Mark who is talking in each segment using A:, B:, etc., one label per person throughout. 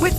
A: With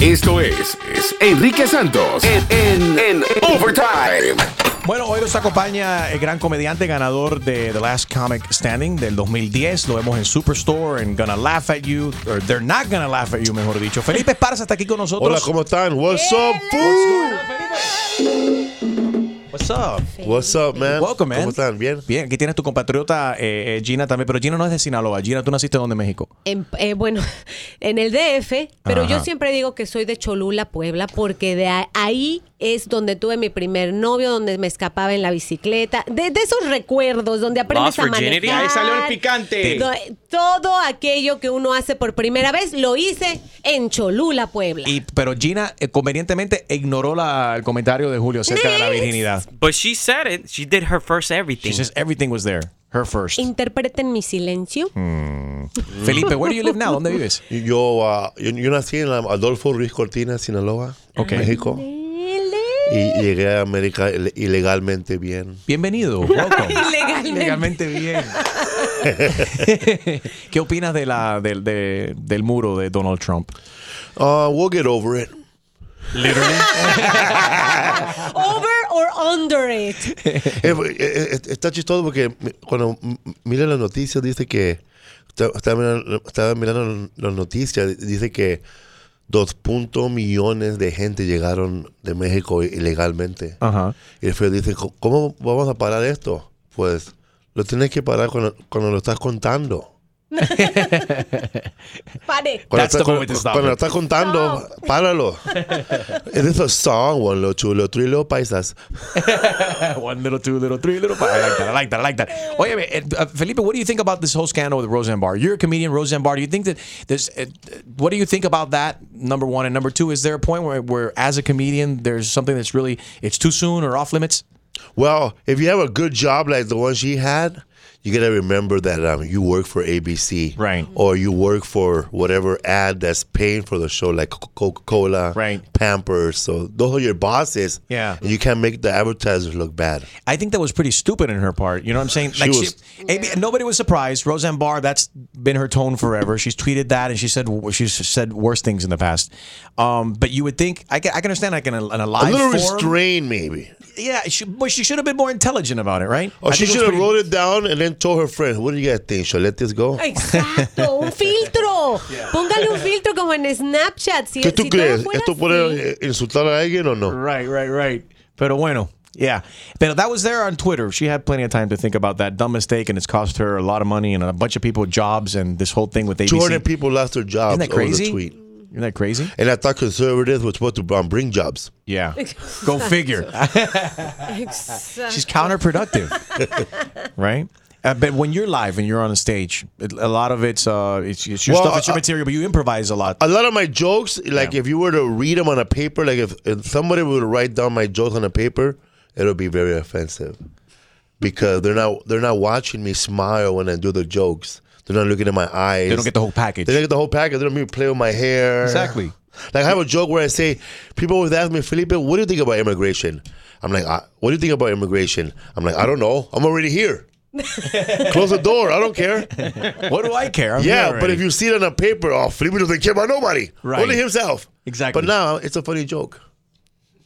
B: Esto es, es Enrique Santos en, en, en Overtime.
C: Bueno, hoy nos acompaña el gran comediante ganador de The Last Comic Standing del 2010. Lo vemos en Superstore, en Gonna Laugh at You, or They're Not Gonna Laugh at You, mejor dicho. Felipe Esparza está aquí con nosotros.
D: Hola, ¿cómo están? What's up, fool?
C: What's up?
D: What's up, man?
C: Welcome, man.
D: ¿Cómo están? ¿Bien?
C: Bien, aquí tienes tu compatriota eh, eh, Gina también, pero Gina no es de Sinaloa. Gina, tú naciste donde México.
E: En- eh, bueno, en el DF, pero yo
C: Ajá.
E: siempre digo que soy de Cholula, Puebla, porque de a- ahí es donde tuve mi primer novio, donde me escapaba en la bicicleta, de, de esos recuerdos, donde aprendes
F: Lost
E: a
F: virginity.
E: manejar.
F: Ahí salió el picante.
E: Do- Todo aquello que uno hace por primera vez lo hice en Cholula, Puebla.
C: Y, pero Gina eh, convenientemente ignoró la- el comentario de Julio acerca de la virginidad.
F: But she said it. She did her first everything.
C: She says everything was there. Her first.
E: Interpreten mi silencio.
C: Felipe, where do you live now? ¿Dónde vives?
D: Yo, ah, yo, yo nací en la Adolfo Ruiz Cortina, Sinaloa,
C: Ok.
D: México. Y llegué a América ile- ilegalmente bien.
C: Bienvenido. Welcome.
E: Ilegalmente.
C: Legalmente bien. ¿Qué opinas de la, del, de- del muro de Donald Trump?
D: Ah, we'll get over it.
E: Over or under it.
D: Eh, eh, eh, está chistoso porque mi- cuando m- mira las noticias dice que está- estaba mirando, estaba mirando las noticias dice que 2.0 millones de gente llegaron de México ilegalmente.
C: Ajá.
D: Y después dice, "Co- ¿cómo vamos a parar esto? Pues lo tienes que parar cuando, cuando lo estás contando.
E: Pare.
D: Cuando,
C: That's the
D: estás-
C: moment
D: cuando-
C: to stop
D: cuando
C: it.
D: lo estás contando, páralo. It is a song, one, lo chulo, three, lo paisas.
C: Ah, One little, two little, three little. five. I like that. I like that. I like that. Oye, eh, uh, Felipe, what do you think about this whole scandal with Roseanne Barr? You're a comedian, Roseanne Barr. Do you think that there's? Uh, what do you think about that? Number one and number two, is there a point where, where as a comedian, there's something that's really it's too soon or off limits?
D: Well, if you have a good job like the one she had, you gotta remember that um, you work for ABC,
C: Right.
D: Or you work for whatever ad that's paying for the show, like Coca Cola,
C: Right.
D: Pampers. So those are your bosses.
C: Yeah.
D: and you can't make the advertisers look bad.
C: I think that was pretty stupid in her part. You know what I'm saying? Like
D: was-
C: she- AB nobody was surprised. Roseanne Barr, that's been her tone forever. She's tweeted that, and she said she's said worse things in the past. Um, but you would think I can, I can understand like in a, in a
D: A
C: live
D: little
C: forum-
D: restraint, maybe.
C: Yeah, she, but she should have been more intelligent about it, right?
D: Or
C: I
D: Oh, she
C: think was
D: should have
C: pretty-
D: wrote it down and then told her friends, "What do you guys think? Should I let this go?"
E: Exacto, un filtro. Póngale un filtro como en Snapchat. Si,
D: ¿Qué tú
E: si todo
D: crees?
E: fuera
D: ¿Esto
E: así.
D: puede eh, insultar a alguien o no?
C: Right, right, right. Pero bueno. Yeah. But that was there on Twitter. She had plenty of time to think about that dumb mistake, and it's cost her a lot of money and a bunch of people jobs and this whole thing with ABC.
D: Two hundred people lost their jobs
C: Isn't that
D: over the
C: crazy?
D: tweet.
C: Isn't that crazy?
D: And I thought conservatives were supposed to um, bring jobs.
C: Yeah. Go figure. She's counterproductive, right? Uh, but when you're live and you're on a stage, it, a lot of it's uh, it's, it's your
D: Well,
C: stuff, it's your
D: I-
C: material, but you improvise a lot.
D: a lot of my jokes, like if you were to read them on a paper, like if, if somebody would write down my jokes on a paper, it'll be very offensive because they're not they're not watching me smile when I do the jokes. They're not looking at my eyes.
C: they don't get the whole package.
D: They don't get the whole package. They don't even play with my hair.
C: Exactly.
D: Like I have a joke where I say, people always ask me, Felipe, what do you think about immigration? I'm like, I, what do you think about immigration? I'm like, I don't know. I'm already here. Close the door. I don't care.
C: what do I care? I'm
D: Yeah,
C: here
D: but
C: already.
D: if you see it on a paper, oh, Felipe doesn't care about nobody,
C: Right.
D: only himself.
C: Exactly.
D: But now it's a funny joke.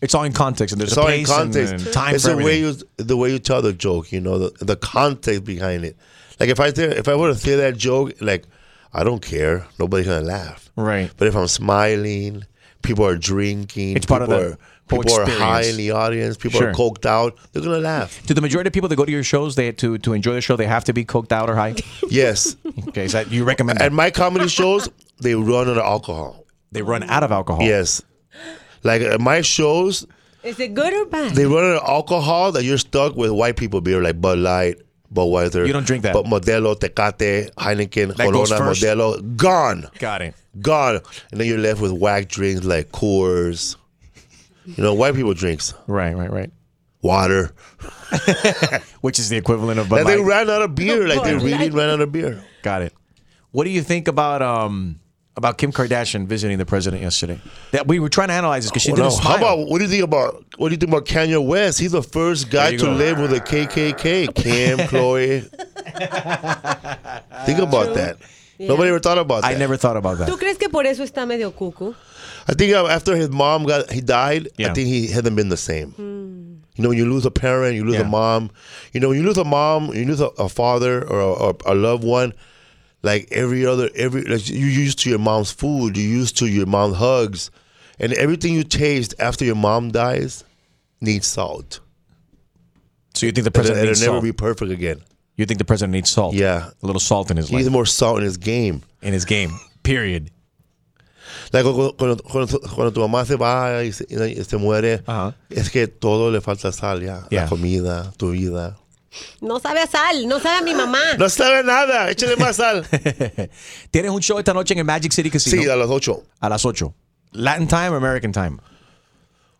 C: it's all in context and there's
D: It's
C: a
D: all
C: place
D: in context.
C: and, and time
D: it's
C: for
D: the way
C: everything.
D: you the way you tell the joke. You know the, the context behind it. Like if I say, if I were to say that joke, like I don't care, nobody's gonna laugh.
C: Right.
D: But if I'm smiling, people are drinking.
C: It's part of
D: people
C: the
D: are-
C: whole
D: People are high
C: experience.
D: in the audience. People are
C: Sure.
D: coked out. They're gonna laugh.
C: Do the majority of people that go to your shows, they to to enjoy the show, they have to be coked out or high?
D: Yes.
C: okay, is that you recommend
D: At
C: that?
D: my comedy shows, they run out of alcohol.
C: They run out of alcohol.
D: Yes. Like at my shows,
E: Is it good or bad?
D: they run out of alcohol that you're stuck with white people beer like Bud Light, Budweiser.
C: You don't drink that.
D: But Modelo, Tecate, Heineken,
C: That goes
D: Corona,
C: first?
D: Modelo, gone,
C: Got it.
D: gone. And then you're left with whack drinks like Coors. You know, white people drinks
C: Right, right, right.
D: water.
C: Which is the equivalent of Bud
D: Like, they
C: Light.
D: ran out of beer. Like they really ran out of beer.
C: Got it. What do you think about um about Kim Kardashian visiting the president yesterday? That we were trying to analyze this because she
D: Well,
C: didn't
D: Oh, no,
C: smile.
D: How about what do you think about what do you think about Kanye West? He's the first guy
C: you
D: to
C: go.
D: live with a KKK. Kim, Chloe. think about that. Nobody ever thought about that.
C: I never thought about
E: ¿Tú
C: that.
E: crees que por eso está medio cucu?
D: I think uh, after his mom got he died,
C: Yeah.
D: I think he hasn't been the same. You know, when you lose a parent, you lose
C: Yeah.
D: a mom. You know, when you lose a mom, you lose a, a father or a, a, a loved one. Like every other, every like you used to your mom's food, you used to your mom's hugs, and everything you taste after your mom dies needs salt.
C: So you think the
D: It'll,
C: president
D: it'll
C: needs
D: never
C: salt?
D: be perfect again.
C: you think the president needs salt?
D: Yeah.
C: a little salt in his
D: He
C: life,
D: needs more salt in his game.
C: in his game. Period.
D: Like, cu- cu- cuando, cuando tu- cuando tu mamá se va y se, y se muere,
C: Ajá.
D: es que todo le falta sal ya.
C: Yeah.
D: La comida, tu vida.
E: No sabe a sal, no sabe a mi mamá.
D: No sabe nada, échale más sal.
C: Tienes un show esta noche en el Magic City Casino
D: sí, uh, a las 8.
C: a las 8. Latin time or American time?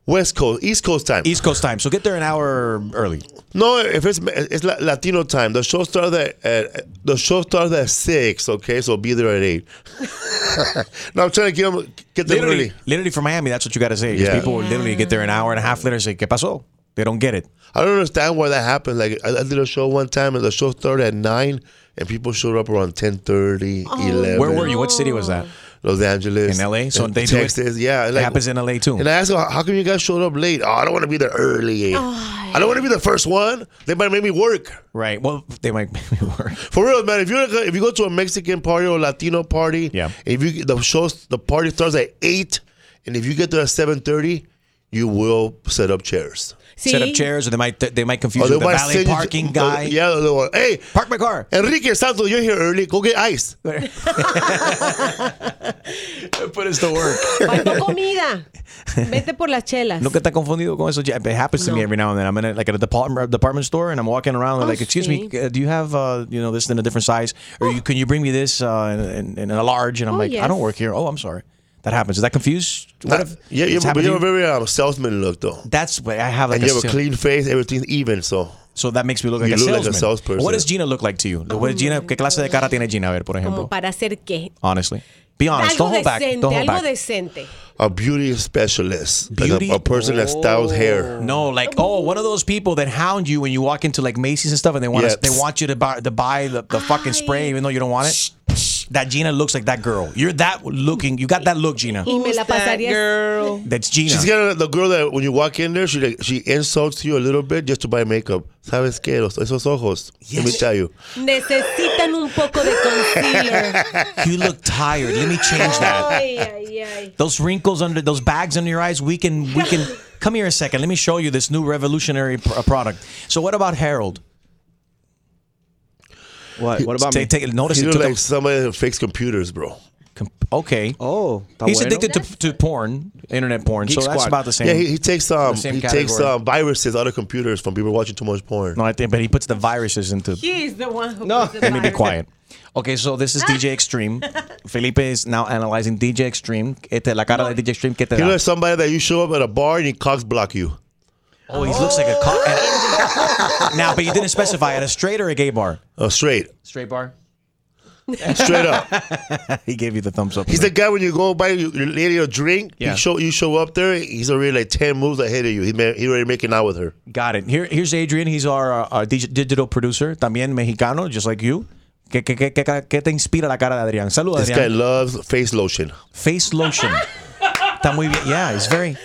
D: West Coast, East Coast time.
C: East Coast time. So get there an hour early.
D: no, if it's, it's la- Latino time. The show starts at, at the show starts at 6, okay? So be there at 8. no, I'm trying to get, 'em- get them
C: Literally,
D: early.
C: literally from Miami, that's what you got to say. 'cause
D: Yeah.
C: People literally get there an hour and a half later and say, ¿Qué pasó? They don't get it.
D: I don't understand why that happened. Like I, I did a show one time and the show started at 9 and people showed up around 10:30, 11.
C: Where were you? What city was that?
D: Los Angeles.
C: In LA? So they do it-
D: Texas, yeah.
C: It happens in LA too.
D: And I asked them, how come you guys showed up late? Oh, I don't want to be there early. I don't want to be the first one. They might make me work.
C: Right. Well, they might make me work.
D: For real, man. If you if you go to a Mexican party or a Latino party,
C: Yeah.
D: If you the show the party starts at eight, and if you get there at seven thirty, you will set up chairs.
E: Sí.
C: Set up chairs, or they might they might confuse
D: Or
C: you
D: they
C: with the
D: might
C: valet
D: send you-
C: parking
D: or-
C: guy.
D: yeah, or they want, hey,
C: Park my car.
D: Enrique Santos, you're here early. Go get ice.
C: Put us to work.
E: Faltó comida. Vete por las chelas.
C: Nunca está confundido con eso. It happens to me
E: No.
C: every now and then. I'm in a, like at a department department store and I'm walking around
E: Oh,
C: like, excuse me,
E: sí.
C: uh, do you have uh, you know this in a different size, or you can you bring me this uh, in, in a large? And I'm
E: Oh,
C: like, I
E: yes.
C: don't work here. Oh, I'm sorry. That happens. Is that confused? What if
D: Uh, yeah,
C: it's
D: you're, but
C: happened to
D: you're a
C: you?
D: very um, salesman look though,
C: That's what I have. Like
D: and you
C: a
D: have a
C: sil-
D: clean face. Everything's even. So
C: So that makes me look like
D: You
C: a
D: look like a
C: salesman.
D: salesperson.
C: What does Gina look like to you? What
E: Oh,
C: is Gina? ¿Qué clase de cara tiene Gina? A ver, por ejemplo.
E: Como para hacer qué.
C: Honestly, be honest.
E: Oh, Algo
C: Don't hold Ah, back.
E: decente,
C: Don't hold
E: algo
C: back.
E: decente.
D: a beauty specialist, like a-
C: Beauty-
D: a, person that styles hair.
C: No, like oh, one of those people that hound you when you walk into like Macy's and stuff, and they want
D: Yeah.
C: to, they want you to buy to buy the, the fucking spray even though you don't want it. That Gina looks like that girl. You're that looking. You got that look, Gina.
E: Y me la pasaría.
C: That's Gina.
D: She's got the girl that when you walk in there, she like, she insults you a little bit just to buy makeup. ¿Sabes qué? Los- Esos ojos. Let me tell you.
E: Necesitan un poco de concealer.
C: you look tired. Let me change that.
E: Ay, ay, ay.
C: Those wrinkles under those bags under your eyes. We can we can come here a second. Let me show you this new revolutionary pr- uh, product. So what about Harold?
G: What, what about me?
C: take, take, notice
D: She
C: it
D: looks
C: took
D: like
C: a-
D: somebody that fakes computers, bro.
C: comp- okay.
G: Oh, está
C: He's
G: bueno.
C: addicted to, to porn, internet porn.
G: Geek
C: so that's
G: Squad.
C: about the same.
D: Yeah, he, he takes um
C: The same
D: he takes
C: category.
D: um viruses out of computers from people watching too much porn.
C: No, I think, but he puts the viruses into.
E: He is the one who
G: No.
E: puts the
G: Let
C: Let me be
E: virus. Ah.
C: quiet. Okay, so this is DJ Extreme. Felipe is now analyzing DJ Extreme. Este, la cara de DJ Extreme, ¿qué te
D: You know,
C: da?
D: there's somebody that you show up at a bar and he cock block you.
C: Oh, he looks like a
E: Oh.
C: cock. now, but you didn't specify at a straight or a gay bar.
D: Uh, straight,
C: Straight bar.
D: straight up.
C: He gave you the thumbs up.
D: He's the guy when you go buy your your lady a drink.
C: Yeah.
D: You show you show up there. He's already like ten moves ahead of you. He ma- he already making out with her.
C: Got it. Here, here's Adrian. He's our, uh, our dig- digital producer, también mexicano, just like you. ¿Qué, qué, qué, qué, qué te inspira la cara de Adrián? Saluda,
D: This guy
C: Adrián.
D: loves face lotion.
C: Face lotion. Está muy bien. Yeah, it's very,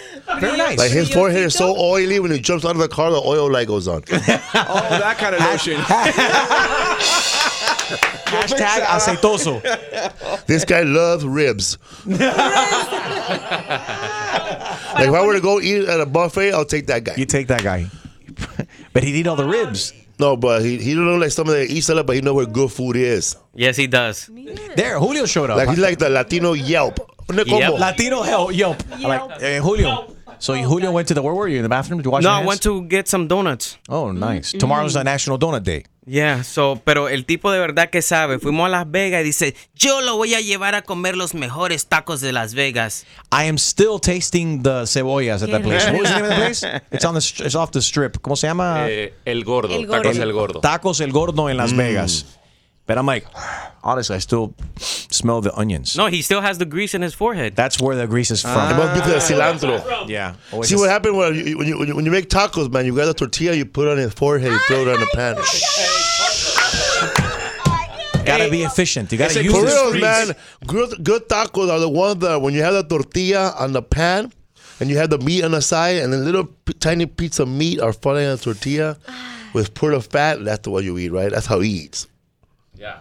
C: very nice.
D: Like his forehead is so oily when he jumps out of the car, the oil light goes on.
G: Oh, that kind of lotion.
C: Hashtag aceitoso.
D: This guy loves ribs. like if I were to go eat at a buffet, I'll take that
C: You
D: guy.
C: take that guy. but he'd eat all the ribs.
D: No, but he he don't look like somebody that eats a lot, but he know where good food is.
F: Yes, he does.
C: There, Julio showed up.
D: Like he's like the Latino Yelp. No, como.
C: Latino help, yelp. Like, eh, Julio. So Julio went to the, where were you? In the bathroom? Did you wash
F: No,
C: your
F: I
C: hands?
F: went to get some donuts.
C: Oh, nice. Tomorrow's the National Donut Day.
F: Yeah, so, pero el tipo de verdad que sabe, fuimos a Las Vegas y dice, yo lo voy a llevar a comer los mejores tacos de Las Vegas.
C: I am still tasting the cebollas at that place.
F: rico.
C: What was the name of the place? It's on the str- it's off the strip. ¿Cómo se llama?
H: Eh, el gordo,
E: El gordo.
H: tacos el gordo.
C: Tacos El Gordo en Las
D: Mm.
C: Vegas. But I'm like, honestly, I still smell the onions.
F: No, he still has the grease in his forehead.
C: That's where the grease is from.
D: It must be the cilantro.
C: yeah.
D: See what happened when you, when, you, when, you, when you make tacos, man. You got a tortilla, you put it on his forehead, you throw it on the pan.
C: Gotta be efficient. You gotta
H: Ese
C: use
D: For
C: this
D: real,
C: grease.
D: man. Good, good tacos are the ones that when you have the tortilla on the pan and you have the meat on the side and a little p- tiny piece of meat are falling on the tortilla with put of fat. That's the one you eat, right? That's how he eats.
H: Ya.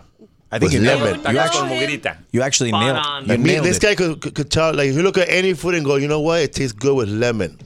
C: I think
D: with
C: you nailed it.
D: lemon.
C: You
H: Tacos
C: actually,
H: con mugrita.
C: you actually
F: Spot
C: nailed,
F: on.
C: you
D: I mean,
C: nailed
D: this
C: it.
D: guy could, could, could tell, like, if you look at any food and go, you know what? It tastes good with lemon.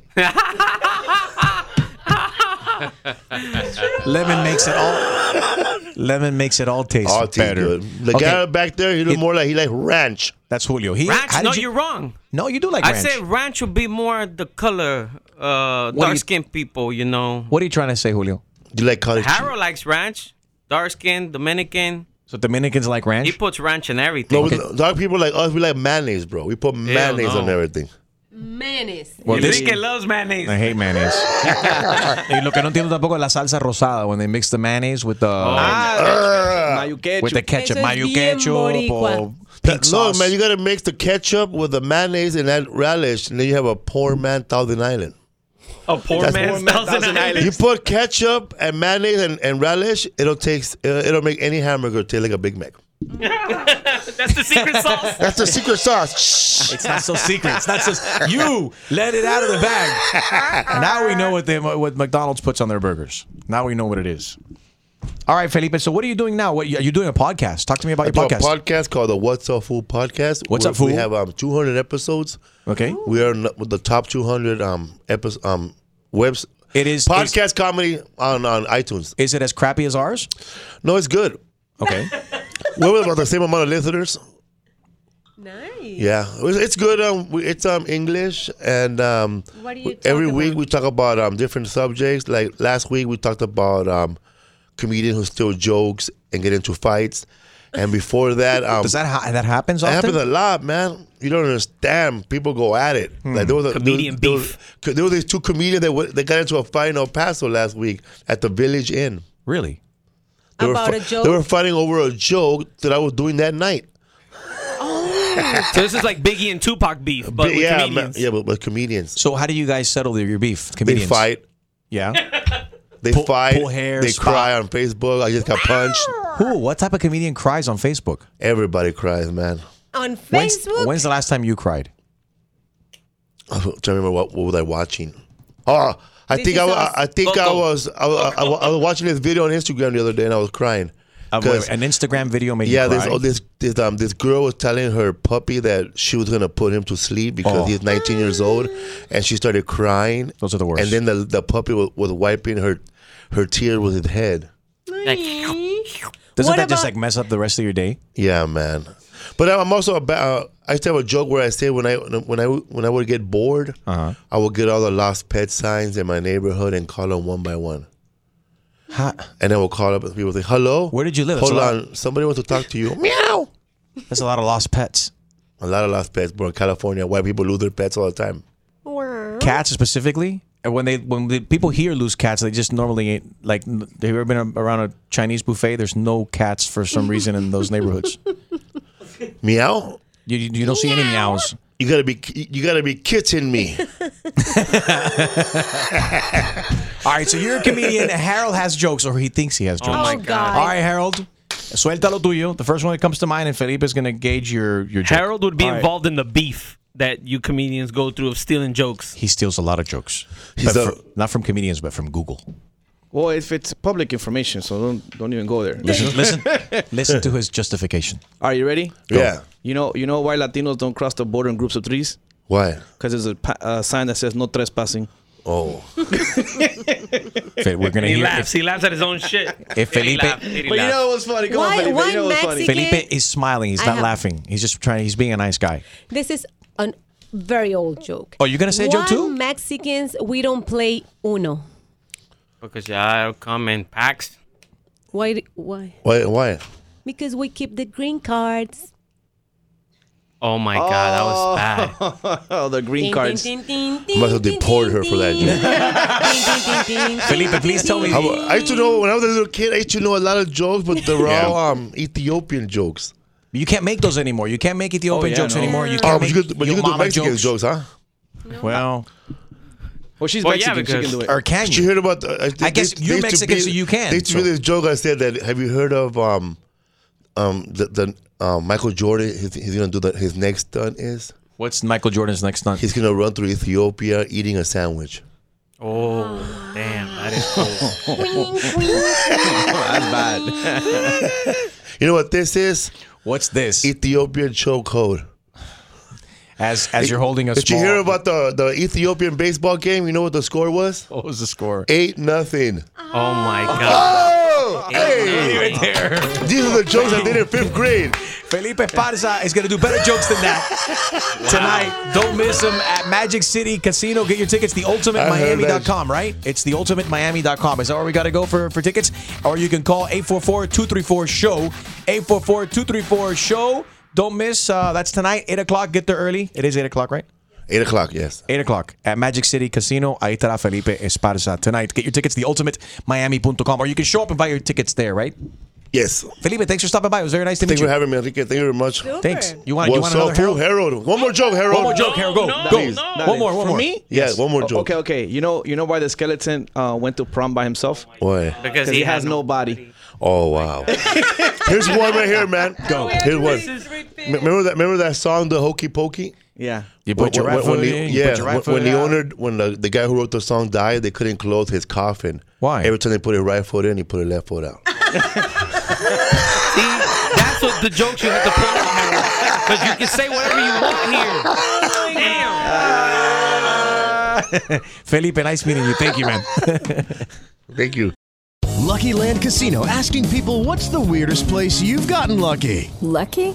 C: Lemon makes it all. lemon makes it all taste
D: All Oh, tastes
C: better.
D: good. The guy back there, he look more like he like ranch.
C: that's Julio. He,
F: Ranch,
C: how did
F: no,
C: you,
F: you, are wrong.
C: No, you do like
F: I
C: ranch.
F: said ranch would be more the color, uh,
C: do you-
F: dark skinned people, you know.
C: what are you trying to say, Julio?
D: You like college cheese.
F: Harold likes ranch, dark skinned, Dominican.
C: So Dominicans like ranch?
F: He puts ranch in everything.
D: No, dark people like us, we like mayonnaise, bro. We put mayonnaise on
F: no.
D: everything.
E: Menes.
C: well, this,
F: Enrique loves mayonnaise.
C: I hate mayonnaise. y lo que no entiendo tampoco es la salsa rosada when they mix the mayonnaise with the
G: Ah, mayo
C: with the
G: ketchup.
C: ketchup,
E: Oh, Eso es
C: mayo
E: bien
C: ketchup
E: boricua.
C: or pink
D: No,
C: sauce.
D: man, you gotta mix the ketchup with the mayonnaise and that relish, and then you have a poor man Thousand Island.
F: A poor
D: That's
F: man's
D: poor
G: man's
F: Thousand
G: Thousand
F: Island.
G: Island.
D: You put ketchup and mayonnaise and, and relish, it'll taste it'll, it'll make any hamburger taste like a Big Mac.
F: That's the secret sauce.
D: That's the secret sauce.
C: It's not so secret. It's not so. You let it out of the bag. now we know what they what McDonald's puts on their burgers. Now we know what it is. All right, Felipe. So what are you doing now? What are you doing a podcast? Talk to me about
D: I
C: your
D: do a
C: podcast.
D: podcast called the What's Up Food Podcast.
C: What's
D: We-
C: Up Fool?
D: We have um 200 episodes.
C: okay.
D: We are in the- with the top 200 um episodes um webs.
C: It is
D: podcast comedy on on iTunes.
C: Is, is it as crappy as ours?
D: No, it's good.
C: Okay.
D: We're with about the same amount of listeners.
E: Nice.
D: Yeah, it's it's good. Um, we- it's um English, and um,
E: What do you talk
D: every week
E: about?
D: we talk about um different subjects. Like last week we talked about um comedians who steal jokes and get into fights, and before that um
C: Does that ha- that happens
D: that
C: often?
D: happens a lot, man. You don't understand. People go at it. Like there was a
F: Comedian
D: there was, There was, there was these two comedians that went, that got into a fight in El Paso last week at the Village Inn.
C: really?
D: They were
E: About
D: fi-
E: a joke?
D: They were fighting over a joke that I was doing that night.
F: So this is like Biggie and Tupac beef, but with
D: yeah,
F: comedians.
D: man, yeah, but, but comedians.
C: So how do you guys settle your beef?
D: They
C: Comedians
D: fight.
C: Yeah.
D: They
C: Pull-
D: fight.
C: pull hair,
D: they
C: spot.
D: cry on Facebook. I just got punched.
C: Who? What type of comedian cries on Facebook?
D: Everybody cries, man.
E: On
C: When's-
E: Facebook.
C: when's the last time you cried?
D: I'm trying to remember what, what was I watching. Oh, I
E: This
D: think I,
E: is
D: wa-
E: us.
D: I, I think I
F: Coco.
D: was I, wa- I, wa- I was watching this video on Instagram the other day and I was crying.
C: Uh,
D: 'Cause,
C: an Instagram video made
D: yeah,
C: you
D: this
C: cry.
D: oh, this this um this girl was telling her puppy that she was gonna put him to sleep because
C: Oh.
D: he's 19 years old, and she started crying.
C: Those are the worst.
D: And then the the puppy was, was wiping her her tears with his head.
C: Doesn't
E: What
C: that just
E: about-
C: like mess up the rest of your day?
D: Yeah, man. But I'm also about. I used to have a joke where I say when I when I when I would get bored,
C: Uh-huh.
D: I would get all the lost pet signs in my neighborhood and call them one by one.
C: Ha-
D: And then we'll call up and people say, "Hello,
C: Where did you live?
D: Hold
C: That's a
D: on, somebody wants to talk to you." Meow.
C: That's a lot of lost pets.
D: A lot of lost pets, bro. In California, white people lose their pets all the time.
C: Cats specifically. And when they when the people here lose cats, they just normally ain't like. n- Have you ever been around a Chinese buffet? There's no cats for some reason in those neighborhoods.
D: Meow.
C: You, you you don't see any meows.
D: You gotta be you gotta be kidding me.
C: All right, so you're a comedian. Harold has jokes, or he thinks he has jokes.
F: my
E: Oh, God.
C: All right, Harold. Suelta lo tuyo. The first one that comes to mind, and Felipe is going to gauge your your. Joke.
F: Harold would be
C: All right.
F: involved in the beef that you comedians go through of stealing jokes.
C: He steals a lot of jokes.
D: He's
C: But
D: a-
C: fr- not from comedians, but from Google.
G: Well, if it's public information, so don't don't even go there.
C: Listen, listen, listen to his justification.
G: Are you ready?
D: yeah.
G: You know, you know why Latinos don't cross the border in groups of threes?
D: Why?
G: Because there's a, pa- a sign that says no trespassing.
D: Oh.
C: Fe- We're going to
F: He
C: hear
F: laughs. He laughs at his own shit.
C: if Felipe-
F: laugh, he
G: But you
F: laugh.
G: know what's funny? Come
E: Why-
G: on, Felipe.
E: why
G: you know what's funny?
E: Mexican-
C: Felipe is smiling. He's
E: I
C: not
E: have-
C: laughing. He's just trying. He's being a nice guy.
E: This is a very old joke.
C: Oh, you're gonna say a joke
E: Why
C: too?
E: Mexicans, we don't play uno.
F: Because y'all come in packs.
E: Why? do- Why?
D: Why? why?
E: Because we keep the green cards.
F: Oh my God, that was bad.
G: Oh, the green cards.
D: Must have deported her for that
C: Felipe, please tell me.
D: I, wa- I used to know when I was a little kid. I used to know a lot of jokes, but they were all um, Ethiopian jokes.
C: You can't make those anymore. You can't make Ethiopian
G: Oh, yeah,
C: jokes
G: no.
C: anymore. You can't
D: Oh, but
C: make
D: you could, but you
C: your
D: could do
C: mama
D: Mexican
C: jokes.
D: jokes, huh?
C: Well,
G: Well, she's
F: Well, yeah,
G: Mexican. she
F: because-
G: can do it.
C: or can
D: Did you
C: you?
D: hear about? Uh, think
C: I guess
D: they- they
C: you're
D: used to
C: Mexican,
D: be-
C: so you can,
D: They used to
C: so-
D: be this joke. I said that. Have you heard of um, um, the, the um, Michael Jordan? He's, he's gonna do that. His next stunt is
C: What's Michael Jordan's next stunt?
D: he's gonna run through Ethiopia eating a sandwich.
F: Oh, damn, that is cool.
D: You know what this is?
C: What's this?
D: Ethiopian chokehold.
C: As as you're holding a
D: Did
C: small.
D: you hear about the, the Ethiopian baseball game? You know what the score was?
C: What was the score?
D: Eight nothing.
F: Oh my God.
D: Oh,
F: Hey,
D: hey! These are the jokes I did in fifth grade.
C: Felipe Esparza is going to do better jokes than that tonight. Don't miss him at Magic City Casino. Get your tickets,
D: I heard that.
C: theultimatemiami.com, right? It's theultimatemiami.com. Is that where we got to go for, for tickets? Or you can call 844-234-SHOW. 844-234-SHOW. Don't miss. Uh, that's tonight, 8 o'clock. Get there early. It is 8 o'clock, right?
D: Eight o'clock. Yes.
C: 8 o'clock at Magic City Casino. Ahí estará Felipe Esparza tonight. Get your tickets, theultimatemiami.com. Or you can show up and buy your tickets there, right?
D: Yes.
C: Felipe, thanks for stopping by. It was very nice to meet
D: Thanks
C: you.
D: for having me, Enrique. Thank you very much.
C: Thanks. You want, you want
D: What's
C: another
D: up, fool?
C: Harold?
D: Harold? One more joke, Harold.
C: One more joke, Harold. Go.
F: No,
C: go.
F: please.
C: One
F: No.
C: more, one
G: For
C: more.
G: me?
D: Yeah, one more
G: Oh,
D: joke.
G: Okay, okay. You know, you know why the skeleton uh, went to prom by himself?
D: Why?
F: Because
G: Because he has no body.
D: Oh wow. Here's one right here, man. Go. Here's one. M- Remember that? Remember that song, the Hokey Pokey?
G: Yeah.
C: You put your right foot
D: the-
C: in. you
D: yeah,
C: put your right
D: when,
C: foot
D: when the
C: out.
D: owner, when the, the guy who wrote the song died, they couldn't close his coffin.
C: Why?
D: Every time they put his right foot in, he put his left foot out.
F: See, that's what the jokes you have to put on Because you can say whatever you want here. Damn.
C: Felipe, nice meeting you. Thank you, man.
D: Thank you.
H: Lucky Land Casino asking people what's the weirdest place you've gotten lucky?
A: Lucky?